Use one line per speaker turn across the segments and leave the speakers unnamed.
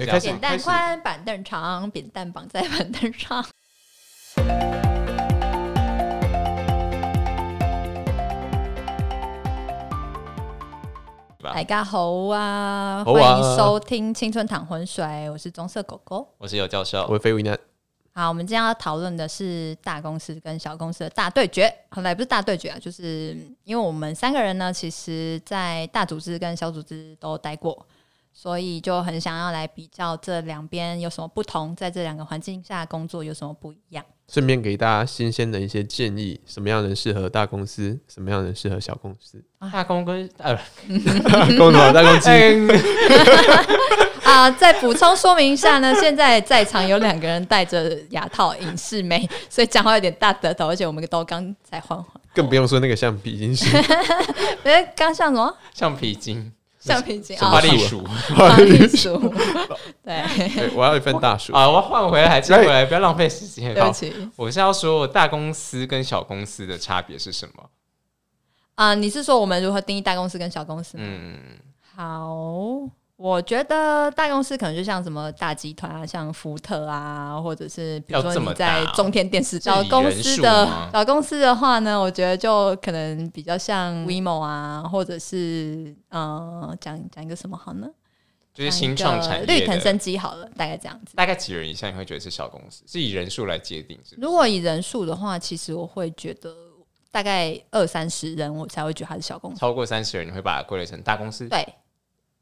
哎
始
也开始
始
扁
扁担宽，板凳长，扁担绑在板凳上。
吧
大家好啊，
好
欢
啊
迎收听《青春淌浑水》，我是棕色狗狗。
我是尤教授，
我是费维南，
好，我们今天要讨论的是大公司跟小公司的大对决。后来不是大对决啊，就是因为我们三个人呢，其实在大组织跟小组织都待过，所以就很想要来比较这两边有什么不同，在这两个环境下工作有什么不一样。
顺便给大家新鲜的一些建议，什么样的人适合大公司，什么样的人适合小公 司。
大公跟呃，
公
哎
什么大公鸡？
啊、再补充说明一下呢，现在在场有两个人戴着牙套隐适美，所以讲话有点大舌头，而且我们都刚才换换，
更不用说那个橡皮 筋是
哎，刚像什么
橡皮筋、
橡皮筋
花
啊，
栗鼠
花栗鼠， 对，
对， 我要一份大薯。
啊，我要换回来，接回来，不要浪费时间。
对
好
不，起
我是要说大公司跟小公司的差别是什么？
啊、你是说我们如何定义大公司跟小公司吗？
嗯，
好，我觉得大公司可能就像什么大集团啊，像福特啊，或者是比如
要
说
这
你
么
在
大哦
中天电视
这
小
以
公
人
司
数吗
的小公司的话呢，我觉得就可能比较像 WeMo 啊，或者是嗯，讲讲一个什么好呢？
就是
讲一
新创
个
产业的
绿藤生机好了，大概这样子。
大概几人以下你会觉得是小公司？是以人数来界定是不是？
如果以人数的话，其实我会觉得大概二三十人，我才会觉得它是小公司。
超过三十人，你会把它归类成大公司？
对，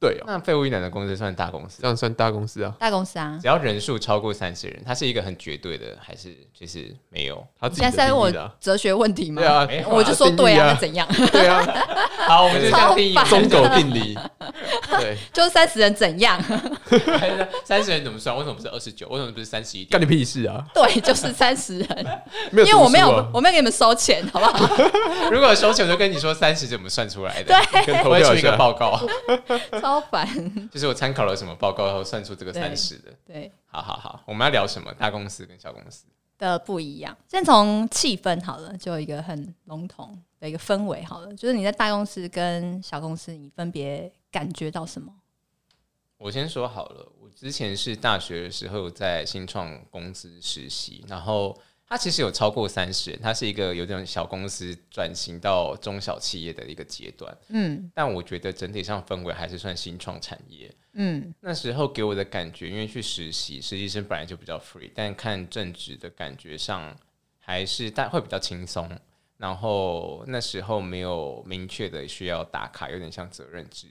对哦，
那废物一男的公司算大公司
这？样算大公司啊？
大公司啊。
只要人数超过三十人，它是一个很绝对的，还是其实没有？
他自己
现
的
在是
定
我
义的啊。
哲学问题吗？
对啊
没，有啊
我就说
定义
对啊，那
啊，
怎样？
对啊，
好，我们就这样定义
超烦
中狗定 理。对，
就三十人怎 样？
三十人怎么算？为什么不是二十九？为什么不是三十一点？
干你屁事啊！
对，就是三 十人，
没有
因为我没有
读书啊，
我没有给你们收钱， 好 不好？
如果收钱，我就跟你说三十怎么算出来的。
跟
我
投
会
票
出一
一
个
下。
报告，
超烦。
就是我参考了什么报告，然后算出这个
对
三十的。
对
好好好，我们要聊什么？大公司跟小公司。
的不一样。先从气氛好了，就有一个很笼统的一个氛围好了，就是你在大公司跟小公司，你分别感觉到什么？
我先说好了，我之前是大学的时候在新创公司实习，然后它其实有超过三十人，它是一个有点小公司转型到中小企业的一个阶段，
嗯
但我觉得整体上氛围还是算新创产业。
嗯
那时候给我的感觉，因为去实习，实习生本来就比较 free，但看正职的感觉上还是但会比较轻松。然后那时候没有明确的需要打卡，有点像责任制。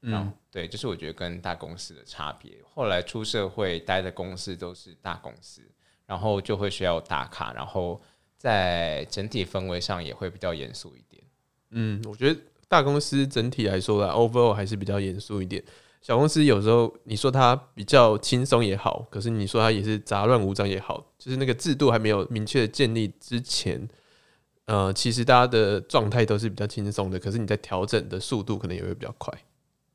然后
嗯，
对，就是我觉得跟大公司的差别。后来出社会待的公司都是大公司，然后就会需要打卡，然后在整体氛围上也会比较严肃一点。
嗯，我觉得大公司整体来说啦，overall 还是比较严肃一点。小公司有时候你说它比较轻松也好，可是你说它也是杂乱无章也好，就是那个制度还没有明确的建立之前，呃，其实大家的状态都是比较轻松的，可是你在调整的速度可能也会比较快。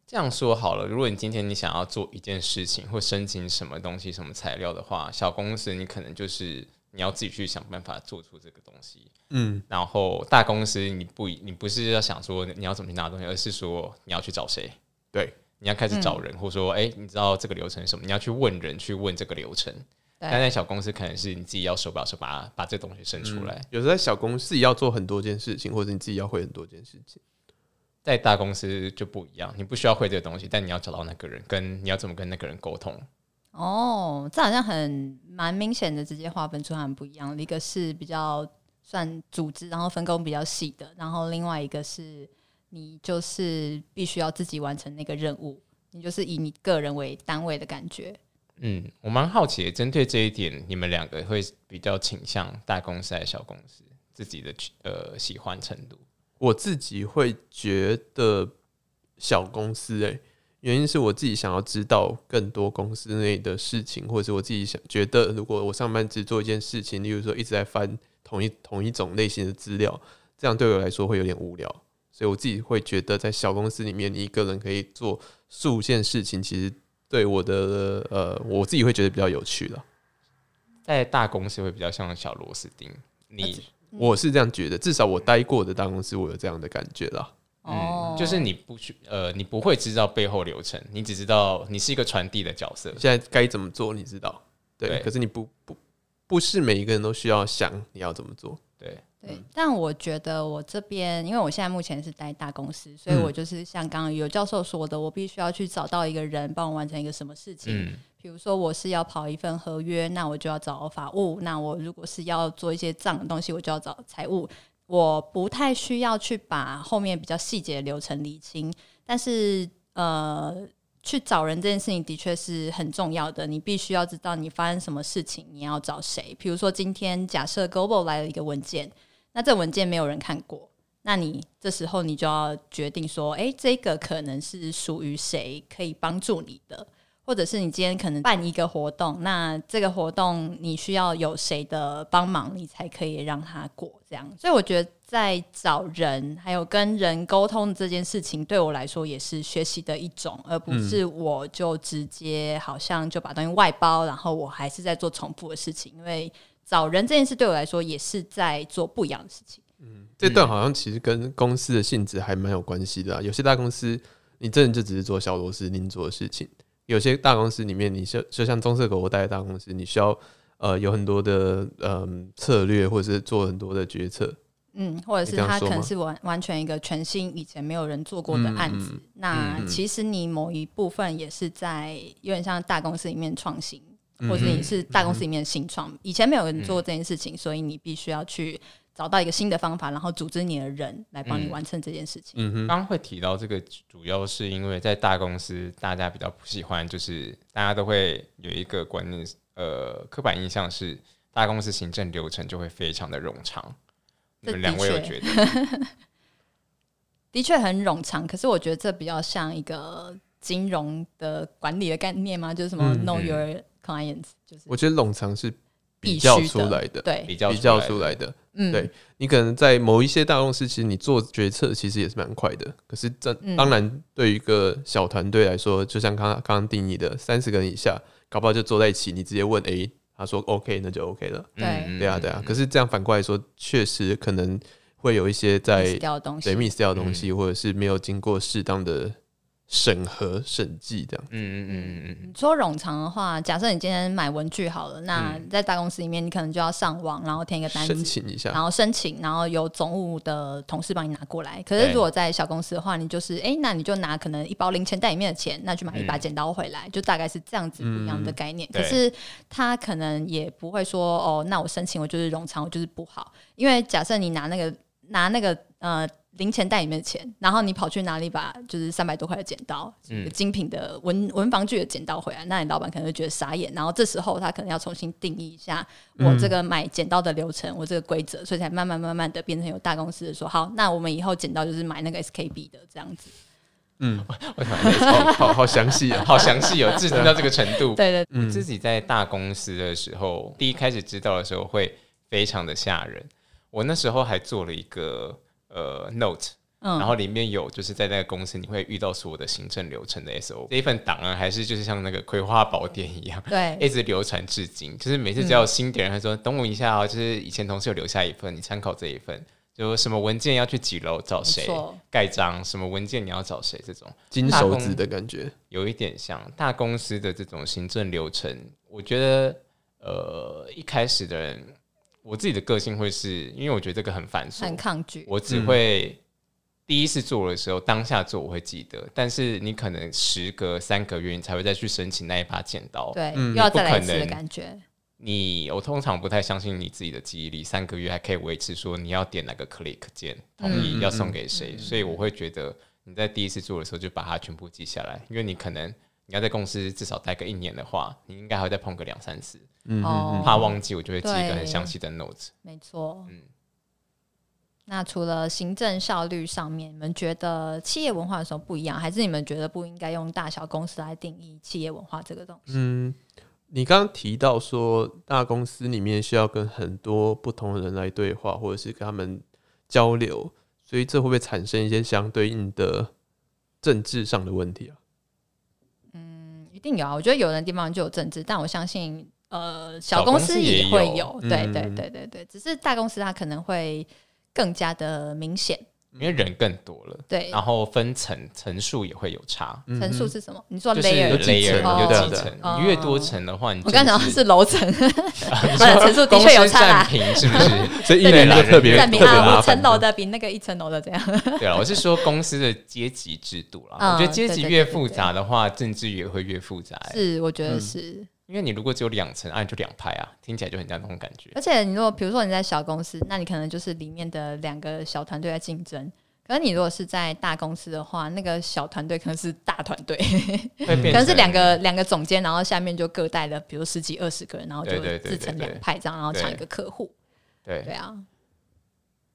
这样说好了，如果你今天你想要做一件事情或申请什么东西、什么材料的话，小公司你可能就是你要自己去想办法做出这个东西。
嗯，
然后大公司你不你不是要想说你要怎么去拿东西，而是说哎你要去找谁，
对，
你要开始找人，或者说哎、你知道这个流程是什么？你要去问人，去问这个流程。
对
但在小公司可能是你自己要手把手把把这东西生出来，
有时候在小公司自己要做很多件事情，或者你自己要会很多件事情。
在大公司就不一样，你不需要会这个东西，但你要找到那个人，跟你要怎么跟那个人沟通。
哦，这好像很蛮明显的，直接划分出他们不一样。一个是比较算组织，然后分工比较细的，然后另外一个是你就是必须要自己完成那个任务，你就是以你个人为单位的感觉。
嗯，我蛮好奇的，针对这一点，你们两个会比较倾向大公司还是小公司？自己的呃喜欢程度？
我自己会觉得小公司诶、原因是我自己想要知道更多公司内的事情，或者是我自己想觉得，如果我上班只做一件事情，例如说一直在翻同一同一种类型的资料，这样对我来说会有点无聊。所以我自己会觉得，在小公司里面，你一个人可以做数件事情，其实对我的呃，我自己会觉得比较有趣了。
在大公司会比较像小螺丝钉。你
我是这样觉得，至少我待过的大公司，我有这样的感觉啦。
哦，
嗯就是你不去呃，你不会知道背后流程，你只知道你是一个传递的角色。
现在该怎么做，你知道，对。
对
可是你不不不是每一个人都需要想你要怎么做，
对，
对，但我觉得我这边，因为我现在目前是待大公司，
嗯
所以我就是像刚刚有教授说的，我必须要去找到一个人帮我完成一个什么事情。
嗯，
比如说我是要跑一份合约，那我就要找法务；那我如果是要做一些账的东西，我就要找财务。我不太需要去把后面比较细节的流程理清，但是呃，去找人这件事情的确是很重要的。你必须要知道你发生什么事情，你要找谁。比如说今天假设 Global 来了一个文件，那这文件没有人看过。那你这时候你就要决定说，诶，这个可能是属于谁，可以帮助你的。或者是你今天可能办一个活动，那这个活动你需要有谁的帮忙，你才可以让它过这样。所以我觉得在找人还有跟人沟通这件事情，对我来说也是学习的一种，而不是我就直接好像就把东西外包，然后我还是在做重复的事情。因为找人这件事对我来说也是在做不一样的事情。嗯
这段好像其实跟公司的性质还蛮有关系的啊。有些大公司，你真的就只是做小螺丝钉做的事情；有些大公司里面，你就就像棕色狗我待的大公司，你需要呃有很多的嗯、策略，或者是做很多的决策。
嗯，或者
你
是
这样
它
说
可能
吗
是完完全一个全新、以前没有人做过的案子。
嗯
那
嗯嗯
其实你某一部分也是在有点像大公司里面创新，
嗯
或者你是大公司里面的新创，以前没有人做这件事情，所以你必须要去找到一个新的方法，然后组织你的人来帮你
嗯
完成这件事情。
嗯哼，
刚刚会提到这个，主要是因为在大公司，大家比较不喜欢，就是大家都会有一个观念，呃，刻板印象是大公司行政流程就会非常的冗长。你
这
们两
的
位有觉
确
得？
的确很冗长，可是我觉得这比较像一个金融的管理的概念嘛，就是什么
嗯
know
嗯
your clients，就是
我觉得冗长是比
必
较
须
出
的
来的，
比
对，
较
比较
出
出
来
来
的，
的。
嗯，
对你可能在某一些大公司，其实你做决策其实也是蛮快的。可是这
嗯
当然对于一个小团队来说，就像刚刚刚刚定义的，三十个人以下，搞不好就坐在一起，你直接问 A，他说 OK，那就 OK 了。
对
对啊，对啊。可是这样反过来说，确实可能会有一些在
miss 掉的东西
对 miss 掉的东西，或者是没有经过适当的审核审计这样。
嗯嗯嗯嗯嗯，
你说冗长的话，假设你今天买文具好了，那在大公司里面，你可能就要上网，然后填一个单
嗯申
子，
请一下
然，后申请，然后由总务的同事帮你拿过来。可是
对
如果在小公司的话，你就是哎、诶那你就拿可能一包零钱袋里面的钱，那去买一
嗯
把剪刀回来，就大概是这样子不一样的概念。
对
可是他可能也不会说哦，那我申请我就是冗长，我就是不好，因为假设你拿那个拿那个呃。零钱袋里面的钱，然后你跑去拿了一把就是三百多块的剪刀，
嗯
有精品的文文房具的剪刀回来，那你老板可能会觉得傻眼，然后这时候他可能要重新定义一下我
嗯
这个买剪刀的流程，我这个规则，所以才慢慢慢慢的变成有大公司的说，好，那我们以后剪刀就是买那个 SKB 的这样子。
我突然在想
好好好详细 啊。
好详细哦，自信到这个程度。
对对
我自己在大公司的时候，第一开始知道的时候会非常的吓人。我那时候还做了一个呃 note，、
嗯
然后里面有就是在那个公司你会遇到所有的行政流程的 SO 这一份档案，还是就是像那个葵花宝典一样。
对
一直流传至今，就是每次只要有新的人，他说、等我一下哦，就是以前同事有留下一份，你参考这一份，就什么文件要去几楼找谁
没错
盖章，什么文件你要找谁这种，
金手指的感觉，
有一点像大公司的这种行政流程。我觉得，呃，一开始的人，我自己的个性会是因为我觉得这个很繁琐
很，抗拒。
我只会第一次做的时候，当下做我会记得，但是你可能时隔三个月，你才会再去申请那一把剪刀。
对，
嗯
又要再来
不
一
可
次
能
的感觉。
你我通常不太相信你自己的记忆力，三个月还可以维持说你要点哪个 click 键，同意
嗯
要送给谁，所以我会觉得你在第一次做的时候就把它全部记下来，因为你可能你要在公司至少待个一年的话，你应该还会再碰个两三次，
嗯
哦
怕忘记我就会记一个
对
很详细的 note。
没错。
嗯
那除了行政效率上面，你们觉得企业文化有什么不一样？还是你们觉得不应该用大小公司来定义企业文化这个东西？
嗯，你刚刚提到说，大公司里面需要跟很多不同的人来对话，或者是跟他们交流，所以这会不会产生一些相对应的政治上的问题啊？
嗯，一定有啊。我觉得有的地方就有政治，但我相信呃，小
小公
公
司
司
也
也会
有
对对
嗯
对对对对，只是大公司它可能会更加的明显。
因为人更多了，
对，
然后分层层数也会有差，
嗯
层数是什么？你说
就是
嗯 layer
有
有几
几层，
层
有几
对
层，
哦
你越多层的话，你
我刚才
真
想
的
到
是
是楼层，
你
不
说
然层数的
公
确有
司
差
占
啦。
平是不是？
所以一人就特别
占
特
比
别
啊，
麻
五层
烦。
楼的比那个一层楼的这样。
对啊了，我是说公司的阶级制度啦。
嗯
我觉得阶级
对对
越
对对
复
对
杂的话，政治也会越复杂、欸。
是，我觉得是。
因为你如果只有两层，啊，你就两派啊，听起来就很像那种感觉。
而且你如果比如说你在小公司，那你可能就是里面的两个小团队在竞争。可是你如果是在大公司的话，那个小团队可能是大团队，
会变
呃可能是
成
两个两个总监，然后下面就各带了比如十几二十个人，然后就
对对对
自成
对对
两派这样，然后抢一个客户。对
对。
啊，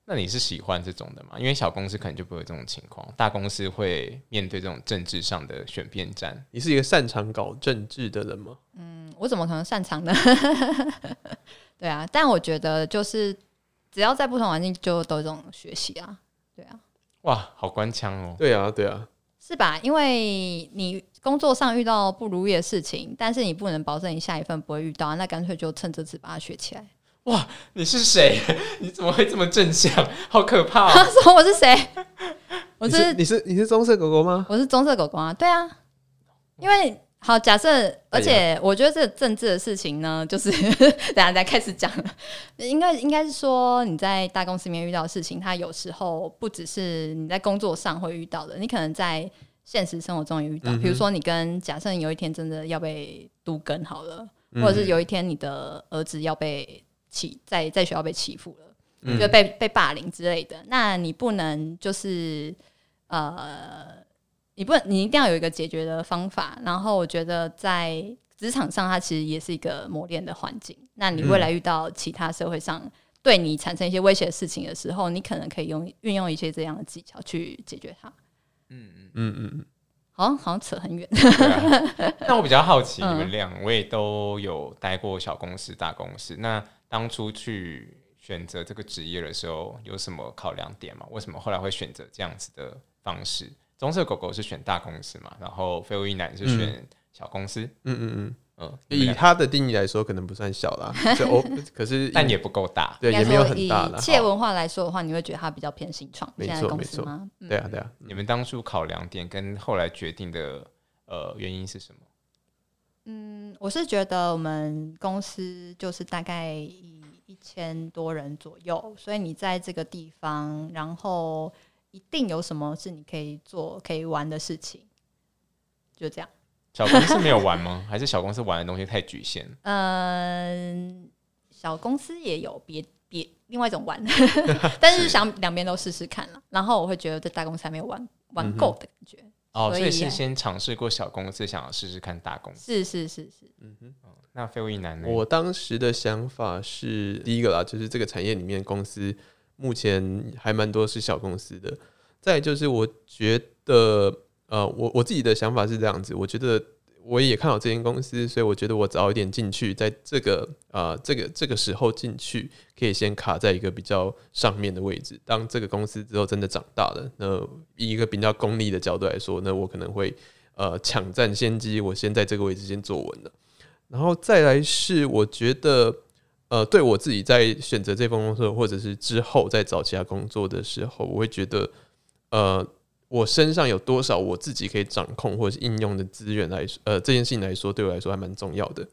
那你是喜欢这种的吗？因为小公司可能就不会有这种情况，大公司会面对这种政治上的选边站。
你是一个擅长搞政治的人吗？
嗯我怎么可能擅长呢？ 对啊，但我觉得就是只要在不同环境，就都有这种学习啊，对啊，
哇，好官腔哦！
对啊，对啊，
是吧？因为你工作上遇到不如意的事情，但是你不能保证你下一份不会遇到啊，那干脆就趁这次把它学起来。
你是谁？ 你怎么会这么正向？好可怕、
他
哦！
说我是谁？我
你
是
你是你是棕色狗狗吗？
我是棕色狗狗啊，对啊，因为好假设，而且我觉得这个政治的事情呢，就是 等下再开始讲，应该应该是说你在大公司里面遇到的事情，它有时候不只是你在工作上会遇到的，你可能在现实生活中也遇到，
嗯哼
比如说你跟假设你有一天真的要被都跟好了，
嗯
或者是有一天你的儿子要被欺在在学校被欺负了，
嗯
就被被霸凌之类的，那你不能就是呃，你不能你一定要有一个解决的方法。然后我觉得在职场上，它其实也是一个磨练的环境。那你
嗯
未来遇到其他社会上对你产生一些威胁的事情的时候，你可能可以用运用一些这样的技巧去解决它。
嗯嗯嗯，
好像好像扯很远，
对啊那我比较好奇你
嗯
们俩，我也都有待过小公司、大公司。那当初去选择这个职业的时候，有什么考量点吗？为什么后来会选择这样子的方式？棕色狗狗是选大公司嘛，然后废物一男是选小公司，
嗯嗯嗯，
嗯，你
以
们俩
它的定义来说，可能不算小啦，是哦，可是
但也不够大。
对也没有很
应
大
该说
啦
以。企业文化来说的话，你会觉得它比较偏新创，
没
现
错
在的公司吗？嗯
对啊对啊，
你们当初考量点跟后来决定的呃原因是什么？
嗯，我是觉得我们公司就是大概以一千多人左右，所以你在这个地方，然后一定有什么是你可以做、可以玩的事情，就这样。
小公司没有玩吗？还是小公司玩的东西太局限？
嗯，小公司也有别别另外一种玩， 但是
是
想两边都试试看了。然后我会觉得在大公司还没有玩
嗯
玩够的感觉。
哦，
所
所
以
以是先尝试过小公司，想要试试看大公司。
是是是是，
嗯哼。
那废物一男呢？
我当时的想法是，第一个啦，就是这个产业里面公司目前还蛮多是小公司的。再来就是我觉得，呃，我我自己的想法是这样子，我觉得我也看好这间公司，所以我觉得我早一点进去，在这个呃这个这个时候进去，可以先卡在一个比较上面的位置。当这个公司之后真的长大了，那以一个比较功利的角度来说，那我可能会呃抢占先机，我先在这个位置先坐稳了。然后再来是，我觉得，呃，对我自己在选择这份工作，或者是之后在找其他工作的时候，我会觉得，呃，我身上有多少我自己可以掌控或者是应用的资源来说，呃，这件事情来说，对我来说还蛮重要的。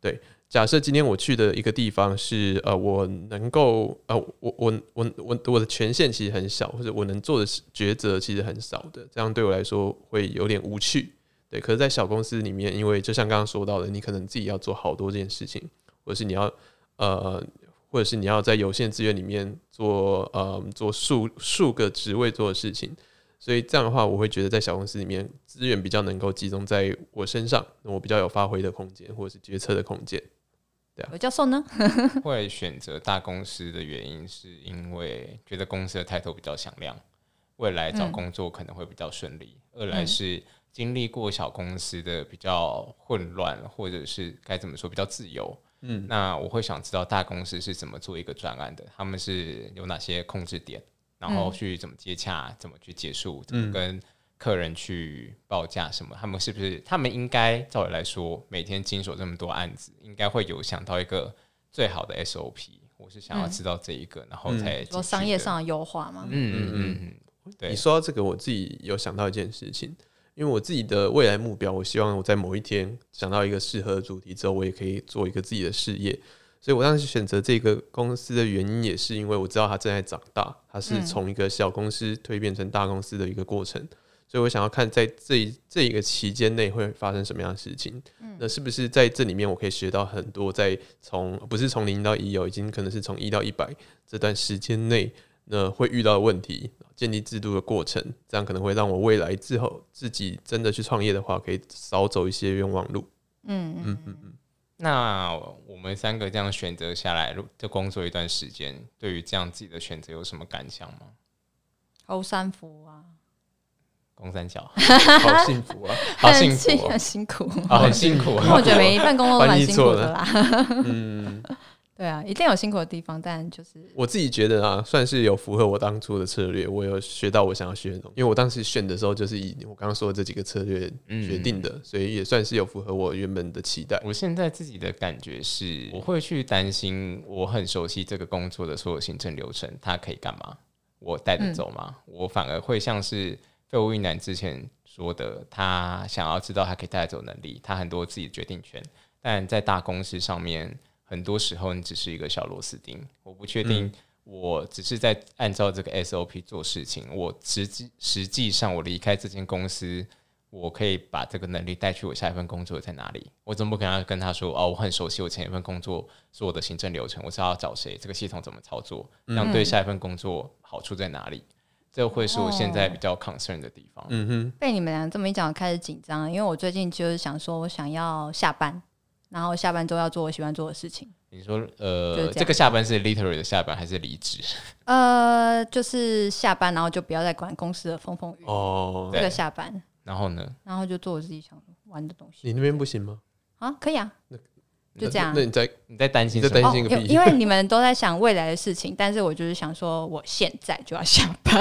对，假设今天我去的一个地方是，呃，我能够，呃，我我我我我的权限其实很小，或者我能做的抉择其实很少的，这样对我来说会有点无趣。对，可是，在小公司里面，因为就像刚刚说到的，你可能自己要做好多件事情，或者是你要呃，或者是你要在有限资源里面做呃做数数个职位做的事情，所以这样的话，我会觉得在小公司里面资源比较能够集中在我身上，那我比较有发挥的空间，或者是决策的空间。
有教授呢？
会选择大公司的原因，是因为觉得公司的抬头比较响亮，未来找
嗯
工作可能会比较顺利；二来
嗯
是经历过小公司的比较混乱，或者是该怎么说比较自由。
嗯，
那我会想知道大公司是怎么做一个专案的，他们是有哪些控制点，然后
嗯
去怎么接洽，怎么去结束，怎么跟客人去报价什么，他们是不是他们应该照理来说每天经手这么多案子，应该会有想到一个最好的 SOP 我是想要知道这一个，然后才进
嗯说
去
商业
的，
上的优化嘛。
嗯嗯嗯嗯嗯，对
你说到这个，我自己有想到一件事情，因为我自己的未来目标，我希望我在某一天想到一个适合的主题之后，我也可以做一个自己的事业。所以我当时选择这个公司的原因，也是因为我知道它正在长大，它是
嗯
从一个小公司蜕变成大公司的一个过程。所以我想要看在这一这一个期间内会发生什么样的事情。那是不是在这里面我可以学到很多？在从不是从零到一哦，已经可能是从一到一百这段时间内，那会遇到的问题，建立制度的过程，这样可能会让我未来之后自己真的去创业的话，可以少走一些冤枉 路。
嗯嗯，
嗯嗯嗯，
那我们三个这样选择下来，如就工作一段时间，对于这样自己的选择有什么感想吗？
欧三福啊，
公三角，
好幸福啊！
好 幸福哦、
很辛苦。
啊，很辛苦、
因为我
啊。
觉得每一份工作都蛮辛苦的 啦。
嗯，
对啊，一定有辛苦的地方，但就是
我自己觉得啊，算是有符合我当初的策略，我有学到我想要学的东西。因为我当时选的时候，就是以我刚刚说的这几个策略
嗯
决定的，所以也算是有符合我原本的期待。
我现在自己的感觉是，我会去担心，我很熟悉这个工作的所有行政流程，它可以干嘛？我带着走吗？我反而会像是废物一男之前说的，他想要知道他可以带走能力，他很多自己的决定权，但在大公司上面，很多时候你只是一个小螺丝钉。我不确定，我只是在按照这个 SOP 做事情，我实际实际上我离开这间公司。我可以把这个能力带去我下一份工作在哪里？我总不可能跟他说哦，我很熟悉我前一份工作所有的行政流程，我知道要找谁，这个系统怎么操作，
嗯
这样对下一份工作好处在哪里？这会是我现在比较 concern 的地方。
嗯哼，
被你们俩这么一讲，我开始紧张了，因为我最近就是想说，我想要下班，然后下班之后要做我喜欢做的事情。
你说
就是这
呃，
样
这个下班是 literally 的下班还是离职？
呃，就是下班，然后就不要再管公司的风风雨雨，
哦，
这
嗯对
个下班，
然后呢？
然后就做我自己想玩的东西
你那边不行吗？
啊，可以啊，就这样
那。你在
你在担心
你在
什么？
担
哦，
心个
因
屁
因为你们都在想未来的事情，但是我就是想说，我现在就要下班。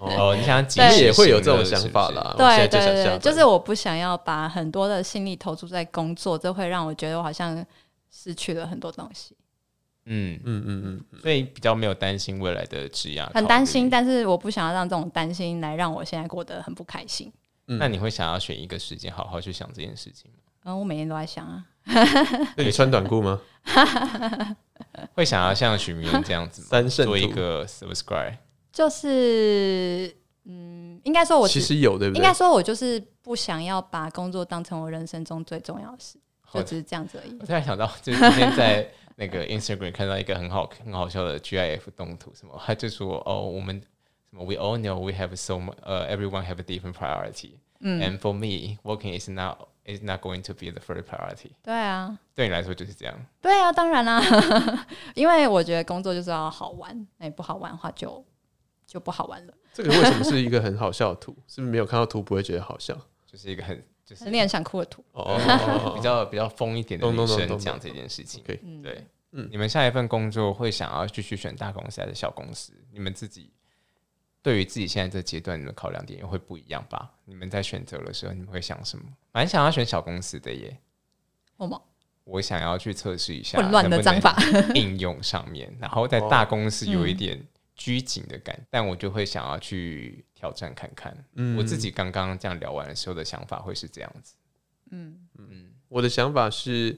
哦，你想及
对
时
也会有
行
这种
乐
想
是不
法
是
啦。我
对
哦现在
对
就想下
对，
班
就是我不想要把很多的心力投注在工作，这会让我觉得我好像失去了很多东西，
嗯，
嗯嗯嗯。
所以比较没有担心未来的职业，
很担心。。但是我不想要让这种担心来让我现在过得很不开心。
那你会想要选一个时间好好去想这件事情吗？
然后我每天都在想啊，
那你穿短裤吗？
会想要像许明恩这样子吗？
三 圣
做一
徒
个 subscribe？
就是嗯，应该说我
其
只
实有对不
应
对
该？说我就是不想要把工作当成我人生中最重要的事，就只是这样子而已
我。突然想到，就是今天在那个 Instagram 看到一个很好很好笑的 GIF 动图，什么他就说哦，我们什么 We all know we have so much，呃、everyone have a different priority，and
嗯
for me working is not is not going to be the first priority。
对啊。
对你来说就是这样，
对啊，当然啦、 因为我觉得工作就是要好玩，哎、不好玩的话就就不好玩了。
这个为什么是一个很好笑的图？ 是不是没有看到图不会觉得好笑？
就是一个很就是
令人想哭的图。
哦，
比较比较疯一点的
懂
女
懂懂
生
懂
讲
懂
这件事情。
OK
对，
嗯
你们下一份工作会想要继续选大公司还是小公司？你们自己对于自己现在这阶段，你们考量点也会不一样吧？你们在选择的时候，你们会想什么？蛮想要选小公司的耶，
我吗？
我想要去测试一下
混乱的章法，
应用上面，然后在
哦
大公司有一点拘谨的感，但我就会想要去挑战看看。
嗯
我自己刚刚这样聊完的时候的想法会是这样子，
嗯，
嗯。
我的想法是，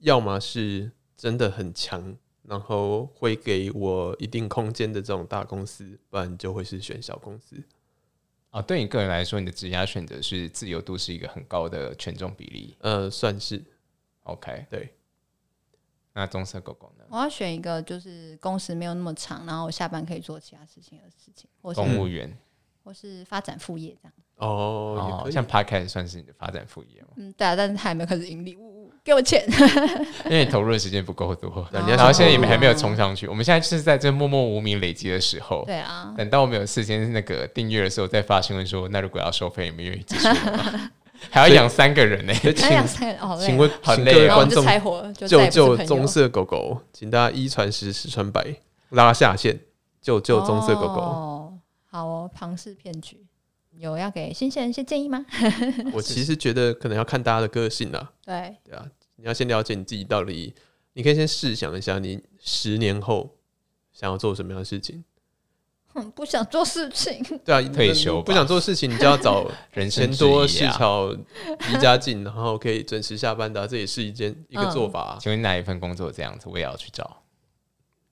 要么是真的很强，然后会给我一定空间的这种大公司，不然就会是选小公司。
啊，对你个人来说，你的职业选择是自由度是一个很高的权重比例。
呃，算是
OK，
对。
那棕色狗狗呢？
我要选一个就是工时没有那么长，然后我下班可以做其他事情的事情，或是
公务员
或是发展副业这样。？
哦，
哦
也，可以
像 Podcast 算是你的发展副业吗
嗯，对啊，但是他还没有开始盈利，呜呜，给我钱。
因为你投入的时间不够多，
对
你要
然后
想
现在你
投
们
入
还没有
啊
冲上去。我们现在是在这默默无名累积的时候，
对啊，
等到我们有事先那个订阅的时候，再发新闻说，那如果要收费，你们愿意支持我吗？ 还要养三个人呢、
所以
哎呀，
请
三个哦，
请问，
好
请
累
各
哦
位
然后
观
我们就
众
拆伙了，就再
救
也不
救
是朋友
棕色狗狗，请大家一传十，十传百，拉下线，救救棕色狗狗。
哦、好哦，庞氏骗局，有要给新鲜人一些建议吗？
我其实觉得可能要看大家的个性啦，
对，
对啊，你要先了解你自己到底你可以先试想一下，你十年后想要做什么样的事情？
哼，嗯不想做事情，
对啊，
退休吧
不想做事情，你就要找
人生啊
钱多
事
事巧离家近，然后可以准时下班的啊、这也是一件一个做法啊、
请问哪一份工作这样子？我也要去找。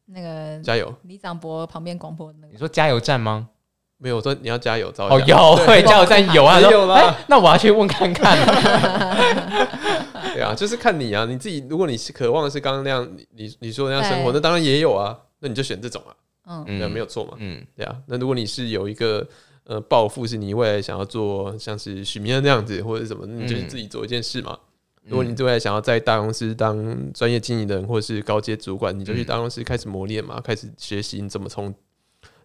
那个
加油！
李长博旁边广播的那
你
个，
说加油站吗？
没有，我说你要加油，早
哦，
一点
有，
对
对，加油站有啊。
也
他
有
说
啦
哎，那我要去问看看。
对啊，就是看你啊，你自己，如果你是渴望的是刚刚那样，你你你说的那样生活，
对
那当然也有啊，那你就选这种啊，
嗯，
对啊，没
有，
有错嘛，
嗯，
对啊。那如果你是有一个呃抱负，是你未来想要做像是许明恩那样子，或者是什么，你就是
嗯
自己做一件事嘛。如果你未来想要在大公司当专业经理人或者是高阶主管，你就去
嗯
大公司开始磨练嘛，开始学习你怎么从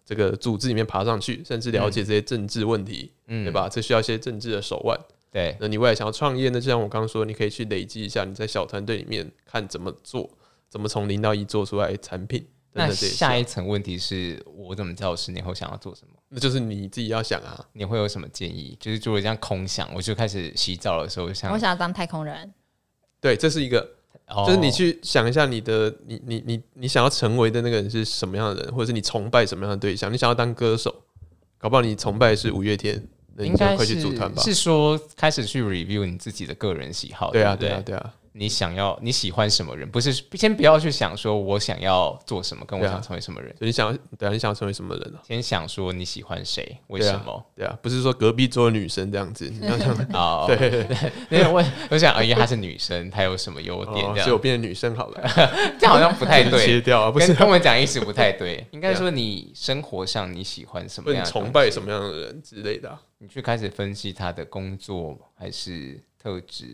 这个组织里面爬上去，甚至了解这些政治问题，
嗯
对？吧？这需要一些政治的手腕。
对，
那你未来想要创业呢？就像我刚刚说，你可以去累积一下你在小团队里面看怎么做，怎么从零到一做出来产品。等
那
等这些事啊
下一层问题是我怎么知道我十年后想要做什么？
那就是你自己要想啊。
你会有什么建议？就是如果这样空想，我就开始洗澡的时候就想
我，想要当太空人，
对，这是一个，
哦
就是你去想一下你的，你你你你想要成为的那个人是什么样的人，或者是你崇拜什么样的对象？你想要当歌手，搞不好你崇拜的是五月天，那你
应
就
该
快去组团吧。
是说开始去 review 你自己的个人喜好，
对啊，
不
对啊，对啊，
你想要你喜欢什么人？不是先不要去想说我想要做什么，跟我
对啊
想成为什么人，
所以你想要，对啊，你想要成为什么人啊？
先想说你喜欢谁，为
对啊
什么？
对啊，不是说隔壁桌的女生这样子，你要想，
哦，
对，对，对
因为我 我想，呃因为她是女生，她有什么优点
哦？
这
所以我
样
变成女生好了，
这样好像不太对
切，掉啊，不是
跟跟我讲意思不太 对。应该说你生活上你喜欢什么
问
样的东西？
崇拜什么样的人之类的啊、
你去开始分析她的工作还是特质，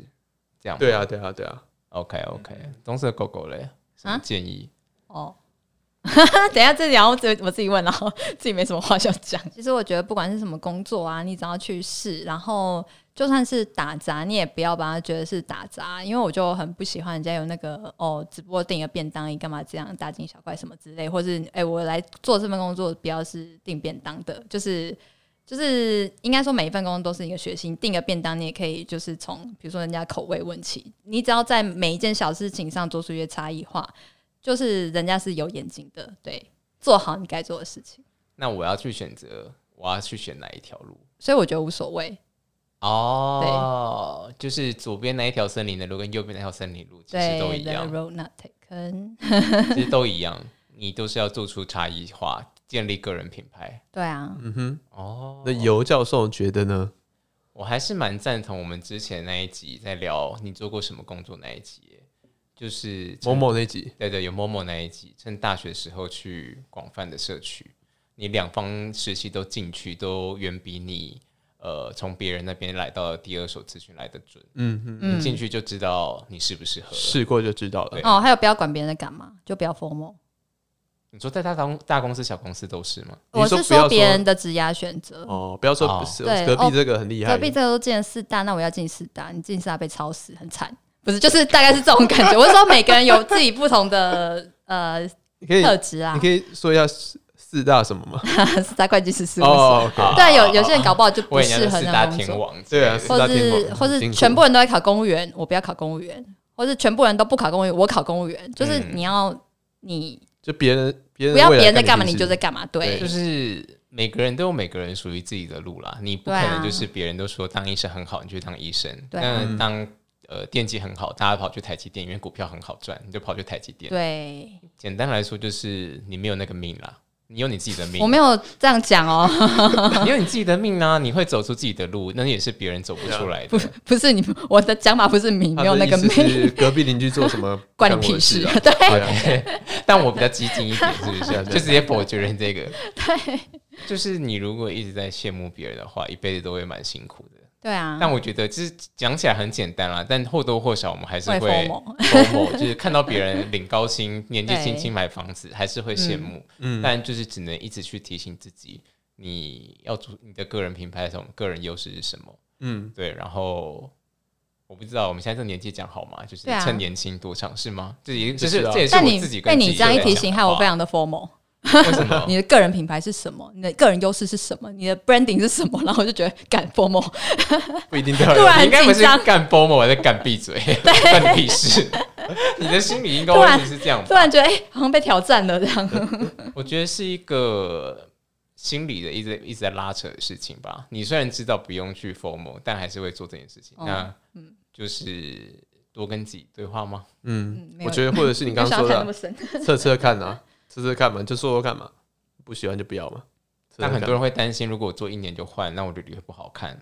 这样吗
对啊，对啊，对啊，
OK OK，棕色狗狗嘞，什么
啊
建议？
哦。 等一下，这聊我自我自己问，然后 自己没什么话想讲。其实我觉得，不管是什么工作啊，你只要去试，然后就算是打杂，你也不要把它觉得是打杂，因为我就很不喜欢人家有那个哦，只不过订个哦便当，你干嘛这样大惊小怪什么之类，或是哎、我来做这份工作，不要是订便当的，就是就是应该说每一份工作都是一个学习，你订个便当，你也可以就是从比如说人家口味问起，你只要在每一件小事情上做出一些差异化，就是人家是有眼睛的，对，做好你该做的事情，
那我要去选择，我要去选哪一条路？
所以我觉得无所谓，
哦，就是左边那一条森林的路跟右边那条森林路其实
对
都一
，the
样，
road not taken，
其实都一样，你都是要做出差异化，建立个人品牌。
对啊，
嗯哼。
哦，
那尤教授觉得呢？
我还是蛮赞同我们之前那一集在聊你做过什么工作那一集耶，就是
某某那集，
对对，有 Momo 那一集，趁大学时候去广泛的社区，你两方实习都进去，都远比你呃从别人那边来到的第二手资讯来的准。
嗯哼，
你
嗯，
进去就知道你适不适合了。
试过就知道了
对。
哦，还有不要管别人在干嘛，就不要 formal。
你说在大公大公司、小公司都是吗？
你
我
说
是
不要
说别
说
人的职涯选择，
哦，不要说
哦
不是
对
隔壁
哦
这个很厉害
隔，壁这个都进了四大，那我要进四大，你进四大被超死，很惨。不是，就是大概是这种感觉。我是 说，每个人有自己不同的 呃
你可以
特质啊
你可，以说一下四四大什么吗？
四大会计师事务所。
哦，OK
对，有有些人搞不好就不
我也
适
是
合
四
那
大
种工
天
作，
王之类
对
的，
啊四
或
大天王
是或
很辛
是
苦
全部人都在考公务员，我不要考公务员，或是全部人都不考公务员，我考公务员。就是
嗯
你要你
就别人别人
不要
未来
别人在
你
干嘛，
屁
你
事
就在干嘛，对
就。是每个人都有每个人属于自己的路啦。你不
对
可
啊
能就是别人都说当医生很好，你就去当医生；
对啊
那当呃电机很好，大家跑去台积电，因为股票很好赚，你就跑去台积电。
对，
简单来说，就是你没有那个命啦，你有你自己的命，
我没有这样讲哦，
你有你自己的命啊，你会走出自己的路，那也是别人走不出来的。
不是你，我的讲法不是你
他的
没有那个
意思是
命，
隔壁邻居做什 么
关你
干我的
屁事
啊！
对
对啊，
但我比较激进一点，是不
对啊
是？
对啊
就直接否决人这个。
对
就是你如果一直在羡慕别人的话，一辈子都会蛮辛苦的。
对啊，
但我觉得，就是讲起来很简单啦，但或多或少我们还是
会
会
FOMO
FOMO，就是看到别人领高薪、年纪轻轻买房子，还是会羡慕。
嗯，
但就是只能一直去提醒自己，你要做你的个人品牌的时候，个人优势是什么？
嗯，
对，然后我不知道我们现在这个年纪讲好吗？就是
对啊
趁年轻多尝试吗？这也
不
这
是
是
啊
这也是
但
我
你
自己跟
被你
自己
这样一
在
提
讲
醒，
的
害我
话
非常的 formal。
为什么？
你的个人品牌是什么？你的个人优势是什么？你的 branding 是什么？然后我就觉得干 formal，
不一定都要
突然
你应该不
紧
是
张
干 BOMO 还是干闭嘴，干屁事？你的心理应该问题是这样
突
吧？
然觉得哎、好像被挑战了这样。
我觉得是一个心理的一直一直在拉扯的事情吧。你虽然知道不用去 formal，但还是会做这件事情。
哦
那就是多跟自己对话吗？
嗯
嗯， 没有
我觉得或者是你刚
没
刚
想
说
到看那
的啊
么深，
测测看啊，测测看嘛，就说说看嘛，不喜欢就不要嘛。测测
但很
看
多人会担心，如果我做一年就换，那我履历会不好看。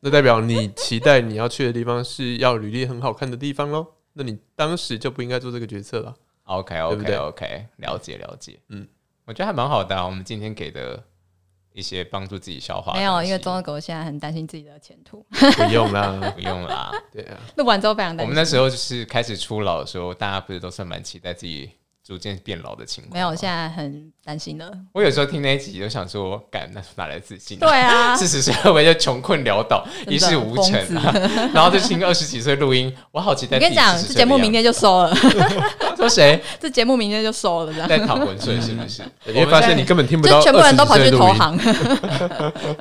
那代表你期待你要去的地方是要履历很好看的地方喽？那你当时就不应该做这个决策 了。
OK
不
OK
对
OK，了解了解。
嗯
嗯，我觉得还蛮好的、啊。我们今天给的一些帮助自己消化的
没有，
东西
因为中二狗现在很担心自己的前途，
不用啦，
不用 啦。
对啊，
录完之后非常
我们
担心。
那时候就是开始初老的时候，大家不是都是蛮期待自己逐渐变老的情况吗。
没有，现在很担心了。
我有时候听那一集，就想说，干，那哪来自信、
对啊，
四十岁会不会就穷困潦倒、
真的
一事无成啊？ 然后就听二十几岁录音，我好期
我
待自
跟你
己
讲，
40岁
这
的样子。
节目明天就收了，
说谁
这节目明天就收了，这样
在淌浑
嗯
水是 不是？
你会发现你根本听不到，
就全部人都跑去投。行。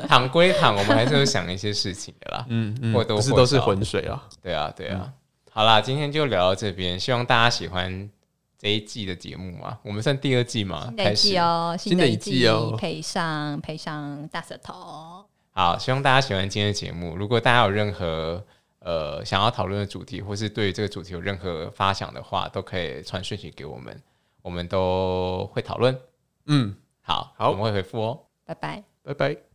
躺归躺，我们还是会想一些事情的啦。
嗯嗯，
或多
不是
或
都是
少
浑水啊。
对啊，对
嗯
啊。好啦，今天就聊到这边，希望大家喜欢这一季的节目啊嘛。我们算第二季嘛，
新的
开
一
始
季哦，
新的
的
一季哦
赔上赔上大舌头，
好，希望大家喜欢今天的节目。如果大家有任何呃想要讨论的主题，或是对这个主题有任何发想的话，都可以传讯息给我们，我们都会讨论。
嗯，
好，
好
我们会回复哦。
拜拜。
拜拜。